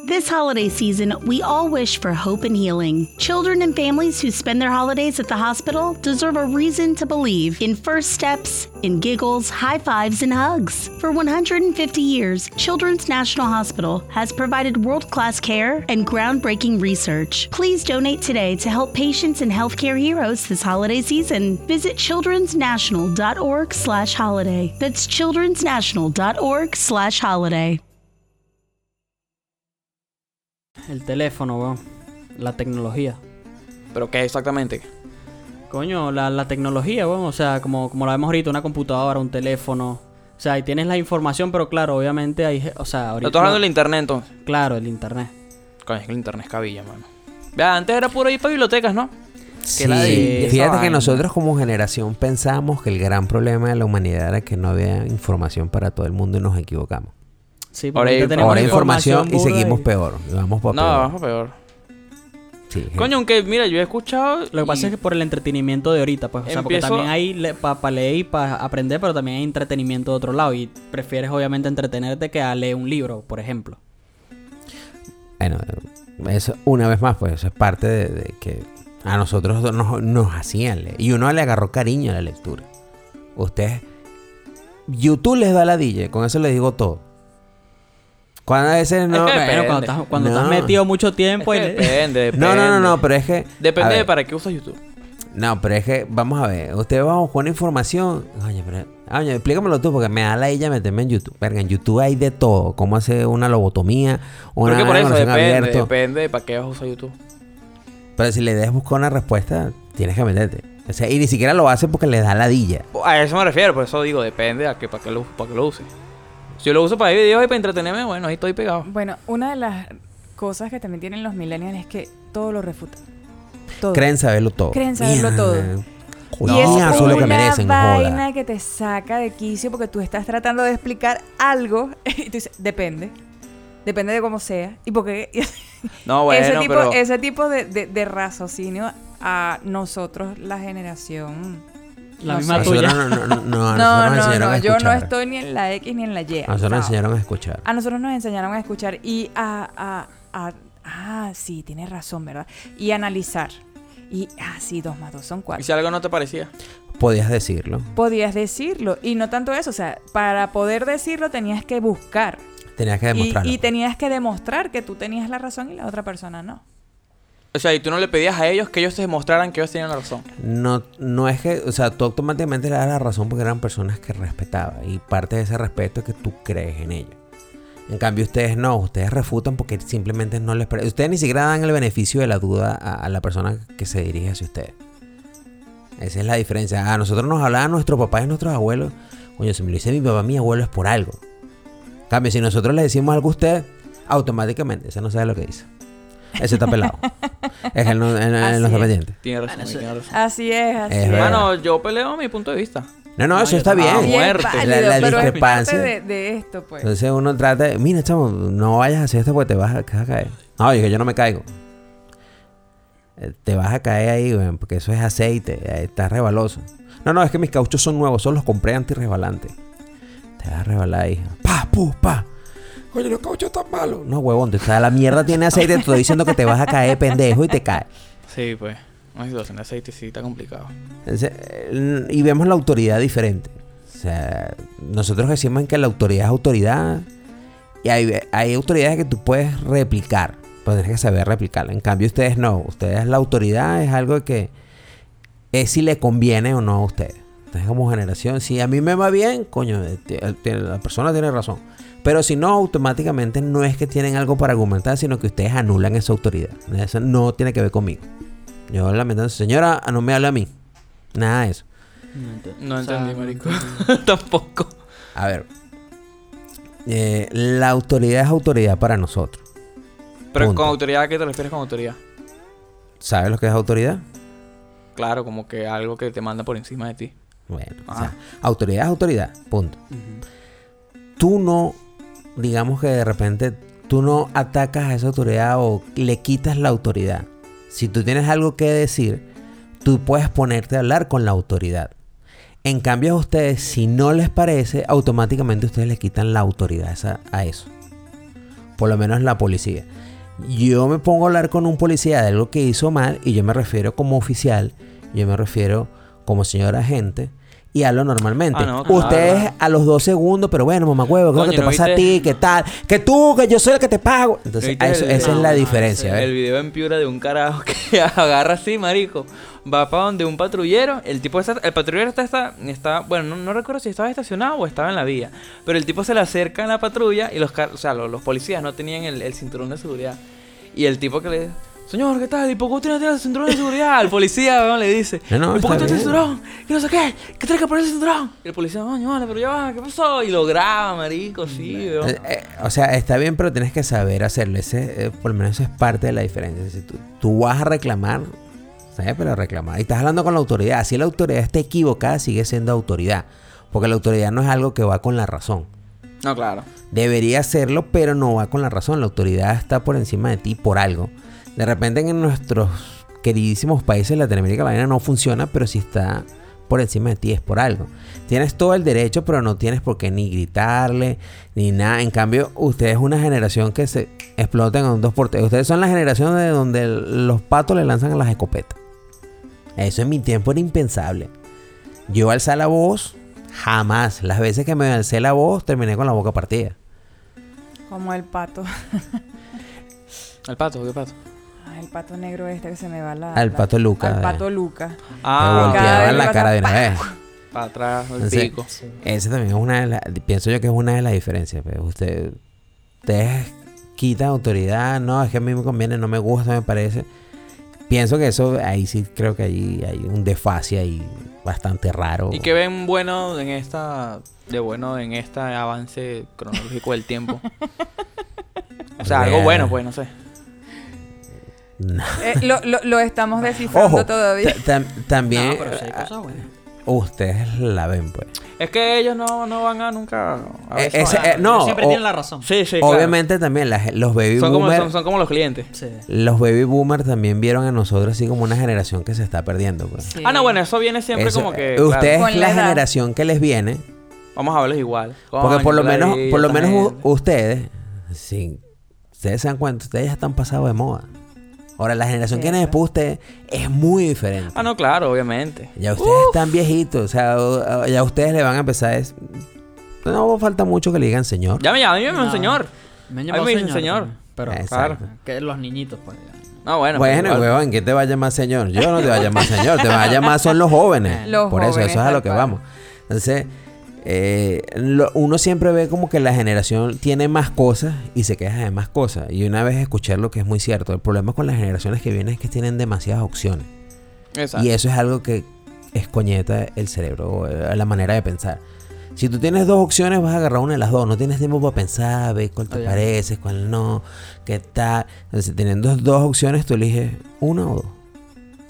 This holiday season, we all wish for hope and healing. Children and families who spend their holidays at the hospital deserve a reason to believe in first steps, in giggles, high fives, and hugs. For 150 years, Children's National Hospital has provided world class care and groundbreaking research. Please donate today to help patients and healthcare heroes this holiday season. Visit childrensnational.org slash holiday. That's childrensnational.org slash holiday. El teléfono, weón. La tecnología. ¿Pero qué exactamente? Coño, la, la tecnología, weón. O sea, como, como la vemos ahorita, una computadora, un teléfono. O sea, ahí tienes la información, pero claro, obviamente hay. ge- O sea, ahorita. ¿Estás hablando del internet entonces? Claro, el internet. Coño, es que el internet es cabilla, mano. Ya, antes era puro ir para bibliotecas, ¿no? Sí, ladilla esa fíjate que vaina. nosotros como generación pensábamos que el gran problema de la humanidad era que no había información para todo el mundo y nos equivocamos. Sí, Ahora hay- ahorita tenemos Ahora hay información y burda seguimos peor. y Vamos para No, peor. vamos a peor. Sí, gente. Coño, aunque mira, yo he escuchado. Lo que y- pasa es que por el entretenimiento de ahorita, pues, o sea, porque Empiezo- también hay para leer y para aprender, pero también hay entretenimiento de otro lado. Y prefieres, obviamente, entretenerte que a leer un libro, por ejemplo. Bueno, eso una vez más, pues eso es parte de, de que a nosotros nos, nos hacían leer. Y uno le agarró cariño a la lectura. Ustedes, YouTube les da la DJ, con eso les digo todo. Cuando a veces no. Es que Bueno, Depende. cuando estás, cuando estás No. metido mucho es que tiempo. y le- depende, depende. No, no, no, no, pero es que. a Depende ver, de para qué usas YouTube. No, pero es que, vamos a ver, ustedes van a buscar una información. Oye, pero. Oye, explícamelo tú, porque me da la ella meterme en YouTube. Verga, en YouTube hay de todo. Cómo hacer una lobotomía, una Porque por eso donación depende, abierto. depende de para qué vas a usar YouTube. Pero si le des buscar una respuesta, tienes que meterte. O sea, y ni siquiera lo hace porque le da ladilla. A eso me refiero, por eso digo, depende a que, para qué lo, para qué lo uses. Si yo lo uso para ver videos y para entretenerme, bueno, ahí estoy pegado. Bueno, una de las cosas que también tienen los millennials es que todo lo refutan. Todo. Creen saberlo todo. Creen saberlo todo. Coño, eso es lo que merecen, una joda. vaina que te saca de quicio porque tú estás tratando de explicar algo y tú dices, depende. Depende de cómo sea. Y porque No, bueno, ese tipo, pero. ese tipo de, de- de raciocinio a nosotros, la generación. La no misma sé. tuya. Nosotros no, no, no, no, nosotros nos No, no, no, enseñaron a yo no escuchar. estoy ni en la X ni en la Y. A Nosotros nos no. enseñaron a escuchar. A nosotros nos enseñaron a escuchar y a... a, a- ah, sí, tienes razón, ¿verdad? Y analizar. Y, ah, sí, dos más dos son ¿Y cuatro. si algo no te parecía? Podías decirlo. Podías decirlo. Y no tanto eso, o sea, para poder decirlo tenías que buscar. Tenías que Y, demostrarlo. y tenías que demostrar que tú tenías la razón y la otra persona no. O sea, y tú no le pedías a ellos que ellos te demostraran que ellos tenían la razón. No, no es que, o sea, tú automáticamente le das la razón porque eran personas que respetaban. Y parte de ese respeto es que tú crees en ellos. En cambio, ustedes no, ustedes refutan porque simplemente no les parece. Ustedes ni siquiera dan el beneficio de la duda a, a la persona que se dirige hacia ustedes. Esa es la diferencia. A nosotros nos hablaban nuestros papás y nuestros abuelos. Coño, si me lo dice mi papá, mi abuelo es por algo. En cambio, si nosotros le decimos algo a usted, automáticamente, ese no sabe lo que dice. Ese está pelado. es que él no, él- él Así no está es. pendiente. Tiene razón, tiene razón. Así es, así Es es. verdad. Hermano, yo peleo mi punto de vista. No, no, No, eso yo está bien. tampoco. Y es Muerte. válido, La- la pero es discrepancia. parte de, de esto, pues. Entonces uno trata, de, mira, chamo, no vayas a hacer esto porque te vas a, te vas a caer. No, yo, yo no me caigo. Eh, Te vas a caer ahí, weón, porque eso es aceite, eh, está rebaloso. No, no, es que mis cauchos son nuevos, son los compré antirrebalantes. Te vas a rebalar, hija. Pa, pu, pa. Oye, los cauchos están malos. No, huevón, te está, la mierda tiene aceite, te estoy diciendo que te vas a caer, pendejo, y te caes. Sí, pues. Una situación de aceite sí está complicado. Entonces, eh, Y vemos la autoridad diferente. O sea, nosotros decimos que la autoridad es autoridad. Y hay, hay autoridades que tú puedes replicar. Pero tienes que saber replicarla. En cambio, ustedes no. Ustedes la autoridad es algo que es si le conviene o no a ustedes. Entonces, como generación, si a mí me va bien, coño, eh, ti- eh, tiene- la persona tiene razón. Pero si no, automáticamente no es que tienen algo para argumentar, sino que ustedes anulan esa autoridad. Eso no tiene que ver conmigo. Yo lamentando, señora, no me hable a mí. Nada de eso. No O sea, entendí, no marico. entendí. Tampoco. A ver. Eh, la autoridad es autoridad para nosotros. Pero Punto. con autoridad, ¿a qué te refieres con autoridad? ¿Sabes lo que es autoridad? Claro, como que algo que te manda por encima de ti. Bueno, o Ah. sea, autoridad es autoridad, punto. Tú no, digamos que de repente, tú no atacas a esa autoridad o le quitas la autoridad. Si tú tienes algo que decir, tú puedes ponerte a hablar con la autoridad. En cambio a ustedes, si no les parece, automáticamente ustedes le quitan la autoridad a, esa- a eso. Por lo menos la policía. Yo me pongo a hablar con un policía de algo que hizo mal y yo me refiero como oficial, yo me refiero como señor agente y hablo normalmente. Ah, no, claro. ustedes a los dos segundos, pero bueno, mamá huevo, ¿qué es lo Coño, que te ¿no pasa a viste? ti? ¿Qué tal? Que tú, que yo soy el que te pago. Entonces, ¿Viste eso- el- esa es no, la no, diferencia. ¿ves? El video en Piura de un carajo que agarra así, marico. Va para donde un patrullero. El tipo está- el patrullero está, está, está- bueno, no, no recuerdo si estaba estacionado o estaba en la vía. Pero el tipo se le acerca a la patrulla y los, car- o sea, los, los policías no tenían el, el cinturón de seguridad. Y el tipo que le dice, señor, ¿qué tal? ¿Y por qué usted no tiene el cinturón de seguridad? Al policía weón, le dice, No, no, "¿Y por qué usted no tiene está el bien. cinturón? Que no sé qué, que tiene que poner el cinturón. Y el policía, coño, vale, pero ya va, ¿qué pasó? Y lo graba, marico, sí, weón. Eh, eh, o sea, está bien, pero tienes que saber hacerlo. Ese, eh, por lo menos eso es parte de la diferencia. Si tú, tú vas a reclamar, Sí, pero reclamar. Y estás hablando con la autoridad. Si la autoridad está equivocada, sigue siendo autoridad. Porque la autoridad no es algo que va con la razón. No, claro. Debería hacerlo, pero no va con la razón. La autoridad está por encima de ti por algo. De repente en nuestros queridísimos países de Latinoamérica la vaina no funciona, pero si está por encima de ti es por algo. Tienes todo el derecho, pero no tienes por qué ni gritarle, ni nada. En cambio, ustedes es una generación que se explotan en un dos por tres. Ustedes son la generación de donde los patos le lanzan las escopetas. Eso en mi tiempo era impensable. Yo alzar la voz, jamás. Las veces que me alcé la voz, terminé con la boca partida. Como el pato. El pato, ¿qué pato? Ah, el pato negro este que se me va la. Al la- pato Luca, Al eh. pato Luca. me Ah, cada vez volteaban le la pasa cara de una pa- vez. para atrás, el Entonces, pico. Esa también es una de las. Pienso yo que es una de las diferencias. pues. Usted, ustedes quitan autoridad. No, es que a mí me conviene, no me gusta, me parece. Pienso que eso, ahí sí creo que ahí hay un desfase ahí bastante raro. ¿Y qué ven bueno en esta de bueno en este avance cronológico del tiempo? O sea, algo bueno, pues, no sé. No. Eh, lo, lo- lo estamos descifrando Ojo, todavía. ta- tam- también uh, pero sí hay cosas buenas. ustedes la ven, pues. Es que ellos no, no van a nunca. a Eh, ver, ese- son- eh, no, siempre o- tienen la razón. sí, sí, claro. obviamente también las- los baby Son como, boomers. son, son como los clientes. Sí. Los baby boomers también vieron a nosotros así como una generación que se está perdiendo. pues. Ah, no, bueno, eso viene siempre Eso, como que. eh, claro, Ustedes, Con la la edad. generación que les viene, vamos a verlos igual. Porque Coño, por lo qué menos, ladilla por lo esta menos u- gente. ustedes, sin, ustedes se dan cuenta, ustedes ya están pasados de moda. Ahora, la generación que viene después de ustedes es muy diferente. Ah, no, claro, obviamente. Ya ustedes están viejitos, o sea, o- o- ya ustedes le van a empezar es- No falta mucho que le digan señor. Ya me llama, a mí me llama un No. señor. Me A han mí llamado me dicen señor. señor. también, Pero, claro, Exacto. que los niñitos, pues. No, bueno. pero Bueno, igual. huevón, ¿qué te va a llamar señor? Yo no te voy a llamar señor, te va a llamar son los jóvenes. Los Por eso, jóvenes, eso es a lo tal que cual. vamos. Entonces, eh, lo- uno siempre ve como que la generación tiene más cosas y se queja de más cosas. Y una vez escuché lo que es muy cierto, el problema con las generaciones que vienen es que tienen demasiadas opciones. Exacto. Y eso es algo que escoñeta el cerebro, o, eh, la manera de pensar. Si tú tienes dos opciones, vas a agarrar una de las dos. No tienes tiempo para pensar, ver cuál te Obviamente. parece, cuál no, qué tal. Entonces, teniendo dos opciones, tú eliges una o dos.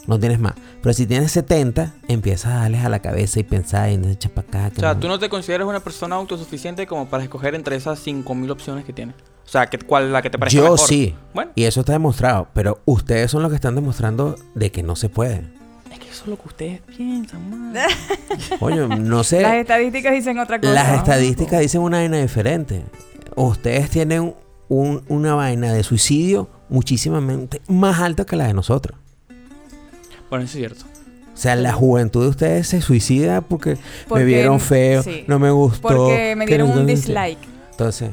No tienes más. Pero si tienes 70, empiezas a darles a la cabeza y pensar y entonces echa para acá. que O sea, no. tú no te consideras una persona autosuficiente como para escoger entre esas 5.000 opciones que tienes. O sea, que, ¿cuál la que te parece Yo mejor? sí. Bueno, Y eso está demostrado. Pero ustedes son los que están demostrando de que no se puede. es que eso es lo que ustedes piensan, man. Coño, no sé. Las estadísticas dicen otra cosa. Eh, Las estadísticas dicen una vaina diferente. Ustedes tienen un- una vaina de suicidio muchísimamente más alta que la de nosotros. Bueno, eso es cierto. O sea, la juventud de ustedes se suicida porque, me Porque- vieron feo, sí. no me gustó. Porque me que dieron no- un dislike. Entonces,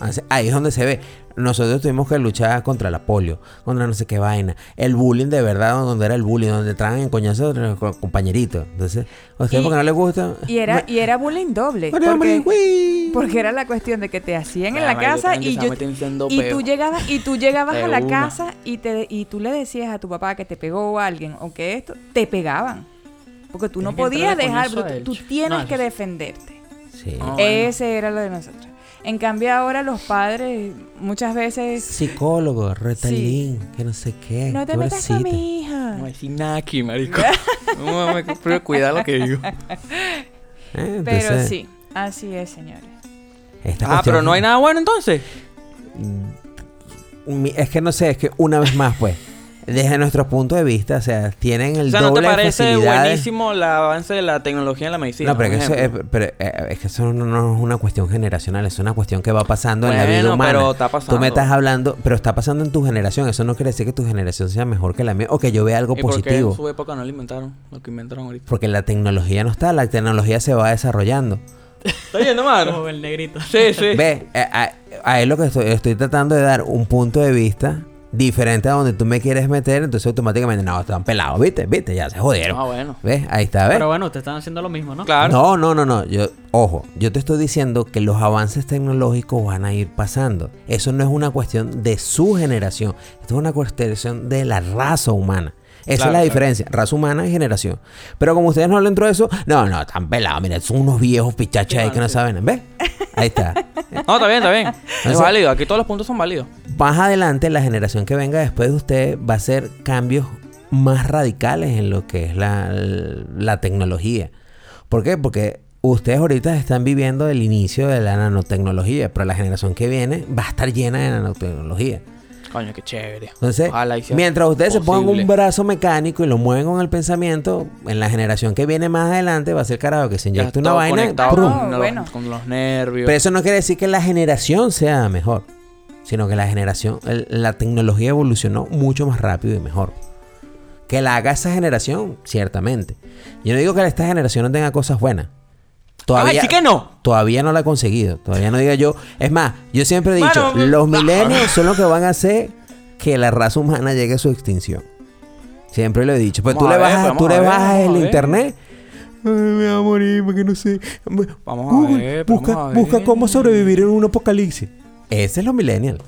hace- ahí es donde se ve. Nosotros tuvimos que luchar contra la polio, contra no sé qué vaina. El bullying de verdad, donde era el bullying, donde traen en coñazo a los co- compañeritos. Entonces, a ustedes Y- porque no les gusta. Y era, y era bullying doble. Bueno, hombre, Porque, güey. porque era la cuestión de que te hacían en Ah, la marico, casa tienen que y estar yo metiendo siendo y peo. tú llegabas y tú llegabas De a la una. casa y te y tú le decías a tu papá que te pegó a alguien o que esto te pegaban. Porque tú no Tienes que entrarle podías dejar, coñazo a tú, él, tú chico. tienes No, que eso- defenderte. Sí. No, bueno. Ese era lo de nosotros. En cambio ahora los padres muchas veces psicólogo, retalín, retalín, que no sé qué. no te metas con mi hija. No hay sin nada aquí, marico. no, me prefiero cuidar lo que digo. Eh, Pero sí, así es, señores. Ah, pero no hay nada bueno entonces. Es que no sé, es que una vez más, pues, desde nuestro punto de vista, o sea, tienen el O sea, ¿no doble te de parece facilidades. buenísimo el avance de la tecnología en la medicina? no, pero, por que eso, es, ejemplo? pero, eh, es que eso no, no es una cuestión generacional, es una cuestión que va pasando en la vida Bueno, humana. pero está pasando. Tú me estás hablando, pero está pasando en tu generación. Eso no quiere decir que tu generación sea mejor que la mía o que yo vea algo ¿Y por qué en positivo. su época no lo inventaron? Lo que inventaron ahorita. Porque la tecnología no está, la tecnología se va desarrollando. ¿Está yendo, mano? el negrito. Sí, sí. Ve, a, a- a él lo que estoy, estoy tratando de dar un punto de vista diferente a donde tú me quieres meter, entonces automáticamente, no, están pelados, ¿viste? ¿Viste? Ya se jodieron. Ah, bueno. ¿Ves? Ahí está, ¿ves? Pero bueno, ustedes están haciendo lo mismo, ¿no? Claro. No, no, no, no. Yo, ojo, yo te estoy diciendo que los avances tecnológicos van a ir pasando. Eso no es una cuestión de su generación. Esto es una cuestión de la raza humana. Esa Claro, es la claro. diferencia, raza humana y generación. Pero como ustedes no le entró eso, no, no, están pelados, mira, son unos viejos pichachas ahí que no saben, ¿ves? Ahí está. No, está bien, está bien. O Es sea- válido. Aquí todos los puntos son válidos. Más adelante, la generación que venga después de usted va a hacer cambios más radicales en lo que es la, la tecnología. ¿Por qué? Porque ustedes ahorita están viviendo el inicio de la nanotecnología, pero la generación que viene va a estar llena de nanotecnología. Coño, qué chévere. Entonces, Ojalá y sea mientras ustedes se pongan posible. un brazo mecánico y lo mueven con el pensamiento, en la generación que viene más adelante va a ser carajo que se Ya está inyecte una todo vaina. conectado ¡prum! con, Ah, los- bueno. con los nervios. Pero eso no quiere decir que la generación sea mejor, sino que la generación, el- la tecnología evolucionó mucho más rápido y mejor. Que la haga esa generación, ciertamente. Yo no digo que esta generación no tenga cosas buenas. ¡Ay, Todavía, sí que no! Todavía no la ha conseguido. Todavía no diga yo. Es más, yo siempre he dicho, Mano, los milenios son los que van a hacer que la raza humana llegue a su extinción. Siempre lo he dicho. Pues tú Vamos le a ver, bajas, vamos tú a le ver, bajas vamos a el ver. internet. Ay, me voy a morir porque no sé. Vamos a ver, vamos a ver. sobrevivir en un apocalipsis. Ese es lo millennial.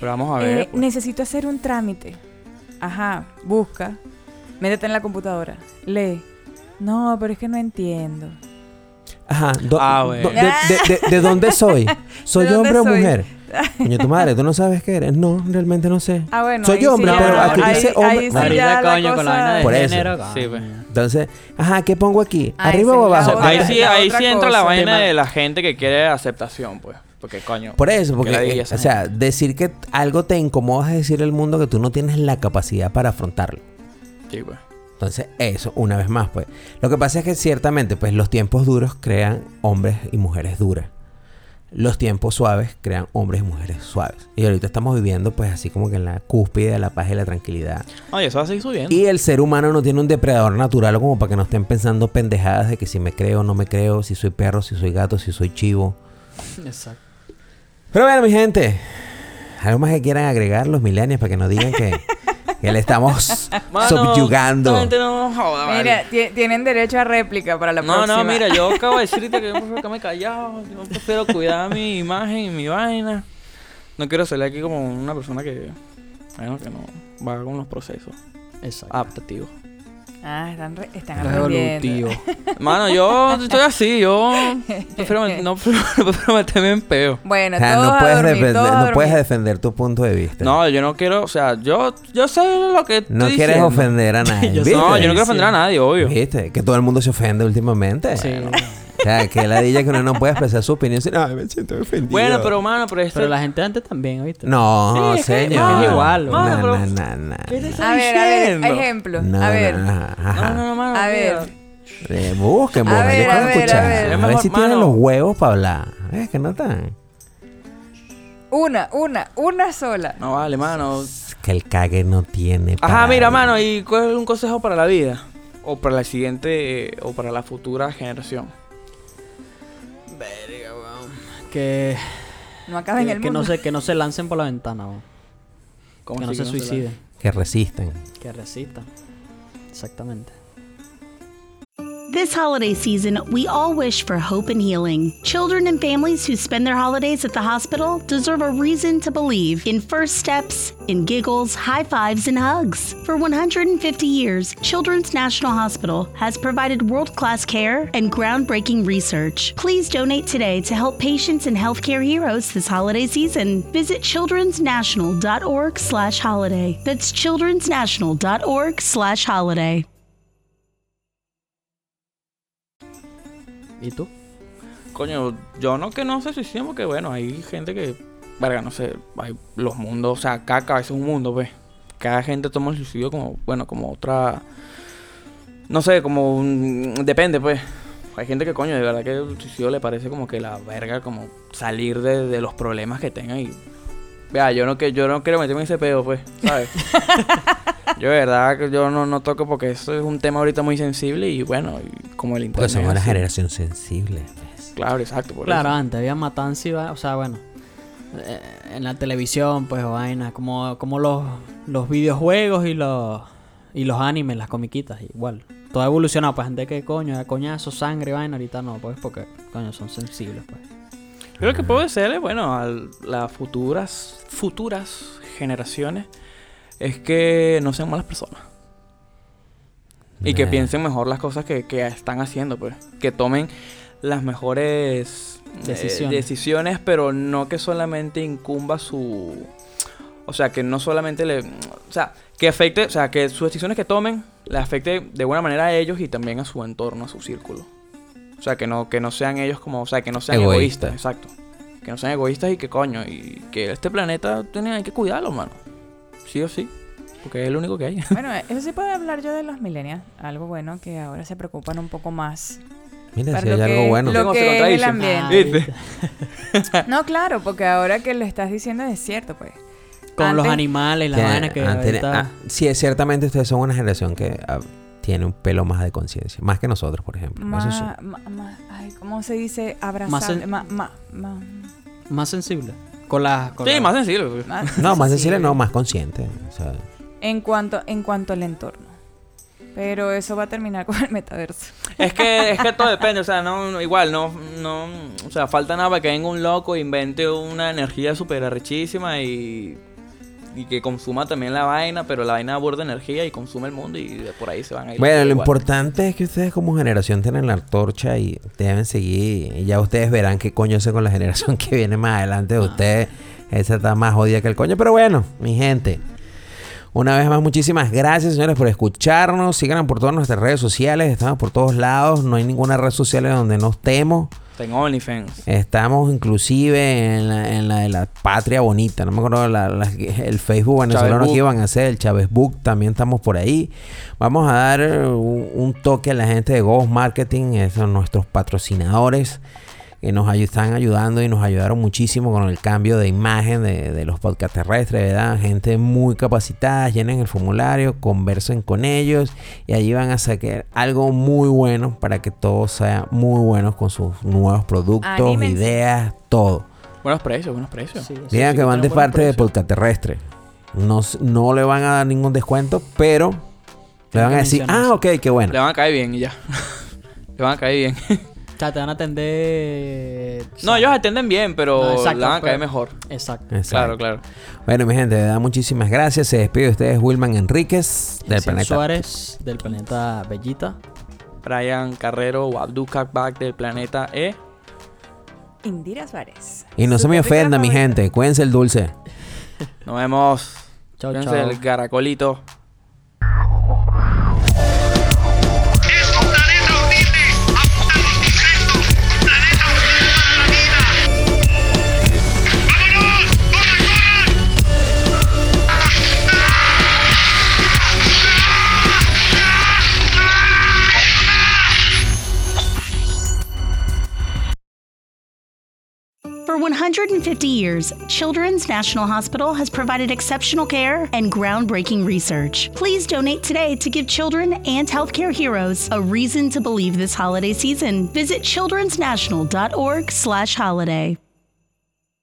Pero vamos a Eh, ver. pues. Necesito hacer un trámite. Ajá, busca. Métete en la computadora. Lee. No, pero es que no entiendo. Ajá. do- Ah, do- bueno. de, de- de- de dónde soy? ¿Soy ¿De dónde hombre o soy? mujer? Coño, tu madre, tú no sabes qué eres. No, realmente no sé. Ah, bueno. Soy ahí sí hombre, ya- pero aquí ahí- dice ahí hombre. sí Marico, ya la coño, con la cosa- vaina de Por eso. género. Sí, pues. Entonces, ajá, ¿qué pongo aquí? Ah, ¿Arriba esa o es la abajo? otra. Ahí sí, la ahí otra sí entra la cosa. vaina Tema- de la gente que quiere aceptación, pues. Porque coño. Por eso, porque, que la diga eh, esa o sea, gente. decir que t- algo te incomoda es decir al mundo que tú no tienes la capacidad para afrontarlo. e- Sí, pues. Entonces, eso, una vez más, pues. Lo que pasa es que ciertamente, pues, los tiempos duros crean hombres y mujeres duras. Los tiempos suaves crean hombres y mujeres suaves. Y ahorita estamos viviendo, pues, así como que en la cúspide de la paz y la tranquilidad. Oye, eso va a seguir subiendo. Y el ser humano no tiene un depredador natural como para que no estén pensando pendejadas de que si me creo o no me creo, si soy perro, si soy gato, si soy chivo. Exacto. Pero bueno, mi gente, algo más que quieran agregar los milenios para que nos digan que, que le estamos esta subyugando. gente no joda, vale. Mira, ti- tienen derecho a réplica para la no, próxima. no, mira, yo acabo de decirte que yo prefiero que me he callado. Yo prefiero cuidar mi imagen y mi vaina. No quiero salir aquí como una persona que. Bueno, que no va con los procesos Exacto. adaptativos. Ah, están, re- están aprendiendo. Revolutivo. Mano, yo estoy así, yo prefiero, met- no, prefiero meterme en peo. Bueno, O sea, todos no a puedes, dormir, defender, todos a no dormir. puedes defender tu punto de vista. No, yo no quiero, o sea, yo, yo sé lo que estoy No quieres diciendo. ofender a nadie. Yo ¿viste? sé. No, yo no quiero ofender a nadie, obvio. ¿Viste? Que todo el mundo se ofende últimamente. Sí. Bueno. O sea, que la que uno no puede expresar su opinión. sino, Ay, me siento ofendido. Bueno, pero mano, pero este... Pero la gente antes también, ¿viste? No, Sí, es que- señor. Es igual, No, mano, no, pero- no, no. ¿Qué te estoy A ver, a ver, diciendo? ejemplo. No, a ver. no, ajá, No, ajá. no, no, mano. A mira. ver. Eh, busquen, A boba, ver, yo quiero a ver, escuchar. a ver. A ver, si Mejor, tienen mano. los huevos para hablar. Es que no están. Una, una, una sola. No vale, mano. Que el cague no tiene. Ajá, palabra. mira, mano, ¿y cuál es un consejo para la vida? O para la siguiente, eh, o para la futura generación. Que, No acaben que, el que mundo. no se, que no se lancen por la ventana, weón. ¿Cómo que no así se suiciden. Que resisten. Que resistan. Exactamente. This holiday season, we all wish for hope and healing. Children and families who spend their holidays at the hospital deserve a reason to believe in first steps, in giggles, high fives, and hugs. For 150 years, Children's National Hospital has provided world class care and groundbreaking research. Please donate today to help patients and healthcare heroes this holiday season. Visit childrensnational.org slash holiday. That's childrensnational.org slash holiday. ¿Y tú? Coño, yo no que no se suiciden porque, bueno, hay gente que, verga, no sé, hay los mundos, o sea, cada cabeza es un mundo, pues. Cada gente toma el suicidio como, bueno, como otra, no sé, como, un- depende, pues. Hay gente que, coño, de verdad que el suicidio le parece como que la verga, como salir de, de los problemas que tengan y... Vea, yo no, que, yo no quiero meterme en ese pedo, pues, ¿sabes? yo de verdad que yo no, no toco porque eso es un tema ahorita muy sensible y, bueno, y como el Porque internet... somos una así. generación sensible. pues. Claro, exacto. Por Claro, eso. antes había matanza y va- o sea, bueno, eh, en la televisión, pues vaina, como, como los, los videojuegos y los y los animes, las comiquitas, igual. Todo ha evolucionado, pues antes que coño, era coñazo, sangre, vaina, ahorita no, pues porque coño son sensibles, pues. Yo lo que puedo decirle, bueno, a las futuras, futuras generaciones es que no sean malas personas. Y que Nah. piensen mejor las cosas que, que están haciendo, pues. Que tomen las mejores eh, Decisiones. decisiones, pero no que solamente incumba su O sea, que no solamente le. O sea, que afecte. O sea, que sus decisiones que tomen le afecte de buena manera a ellos y también a su entorno, a su círculo. O sea, que no, que no sean ellos como. O sea, que no sean Egoísta. egoístas. Exacto. Que no sean egoístas y que coño. Y que este planeta tiene, hay que cuidarlo, mano. Sí o sí. Porque es el único que hay. Bueno, eso sí puedo hablar yo de los millennials. Algo bueno que ahora se preocupan un poco más. Mira, si Pero hay lo algo que- bueno. lo- Tengo que otra es el tradición. ambiente. ¿Viste? No, claro, porque ahora que lo estás diciendo es cierto, pues. Con los Antes- animales, la Que vaina que han teni- ahorita- ah, sí, es- ciertamente ustedes son una generación que ah, tiene un pelo más de conciencia. Más que nosotros, por ejemplo. Eso sí. Ma- ma- ma- ay, ¿Cómo se dice? Abrazar. en- ma- ma- ma- más sensible. Con las. con Sí, las- más sencillo. pues. más No, más sensible, sensible. no, más consciente. O sea, En cuanto, en cuanto al entorno. Pero eso va a terminar con el metaverso. Es que, es que todo depende, o sea, no, no, igual, no, no, o sea, falta nada para que venga un loco e invente una energía súper arrechísima y, y que consuma también la vaina, pero la vaina aborda energía y consume el mundo y de por ahí se van a ir. Bueno, lo igual. importante es que ustedes como generación tienen la antorcha y deben seguir. Y ya ustedes verán qué coño hace con la generación que viene más adelante de ustedes. Esa está más jodida que el coño. Pero bueno, mi gente. Una vez más, muchísimas gracias, señores, por escucharnos. Síganos por todas nuestras redes sociales. Estamos por todos lados. No hay ninguna red social en donde no estemos. Tengo OnlyFans. Estamos inclusive en la, en la de la patria bonita. No me acuerdo la- la- el Facebook venezolano Book. que iban a hacer, el Chávez Book. También estamos por ahí. Vamos a dar eh, un, un toque a la gente de Ghost Marketing. Esos son nuestros patrocinadores que nos ayu- están ayudando y nos ayudaron muchísimo con el cambio de imagen de, de los podcast terrestres, ¿verdad? Gente muy capacitada, llenen el formulario, conversen con ellos y allí van a sacar algo muy bueno para que todos sean muy buenos con sus nuevos productos, Anímense. ideas, todo. Buenos precios, buenos precios. Sí, eso Digan sí que van tiene de buenos parte de precios. podcast terrestre. No, s- no le van a dar ningún descuento, pero le Tienen van a que decir, mencionar ah, eso". ok, qué bueno. Le van a caer bien y ya. Le van a caer bien. O sea, te van a atender. No, ellos atenden bien, pero No, exacto, le van a caer pero- mejor. Exacto. Claro, Exacto. claro. Bueno, mi gente, de verdad, muchísimas gracias. Se despide de ustedes, Wilman Enríquez, del Isidro planeta. Suárez, del planeta Bellita. Brian Carrero o Abdul Kakbak del planeta E. Indira Suárez. Y no se me ofenda, mi gente. Cuídense el dulce. Nos vemos. Chao, Cuídense chao. el caracolito. Es un planeta horrible, apunta los insectos, un planeta horrible para la vida. ¡Vámonos! ¡Corre, corran! ¡Ah! ¡Ah! For 150 years, Children's National Hospital has provided exceptional care and groundbreaking research. Please donate today to give children and healthcare heroes a reason to believe this holiday season. Visit childrensnational.org/holiday.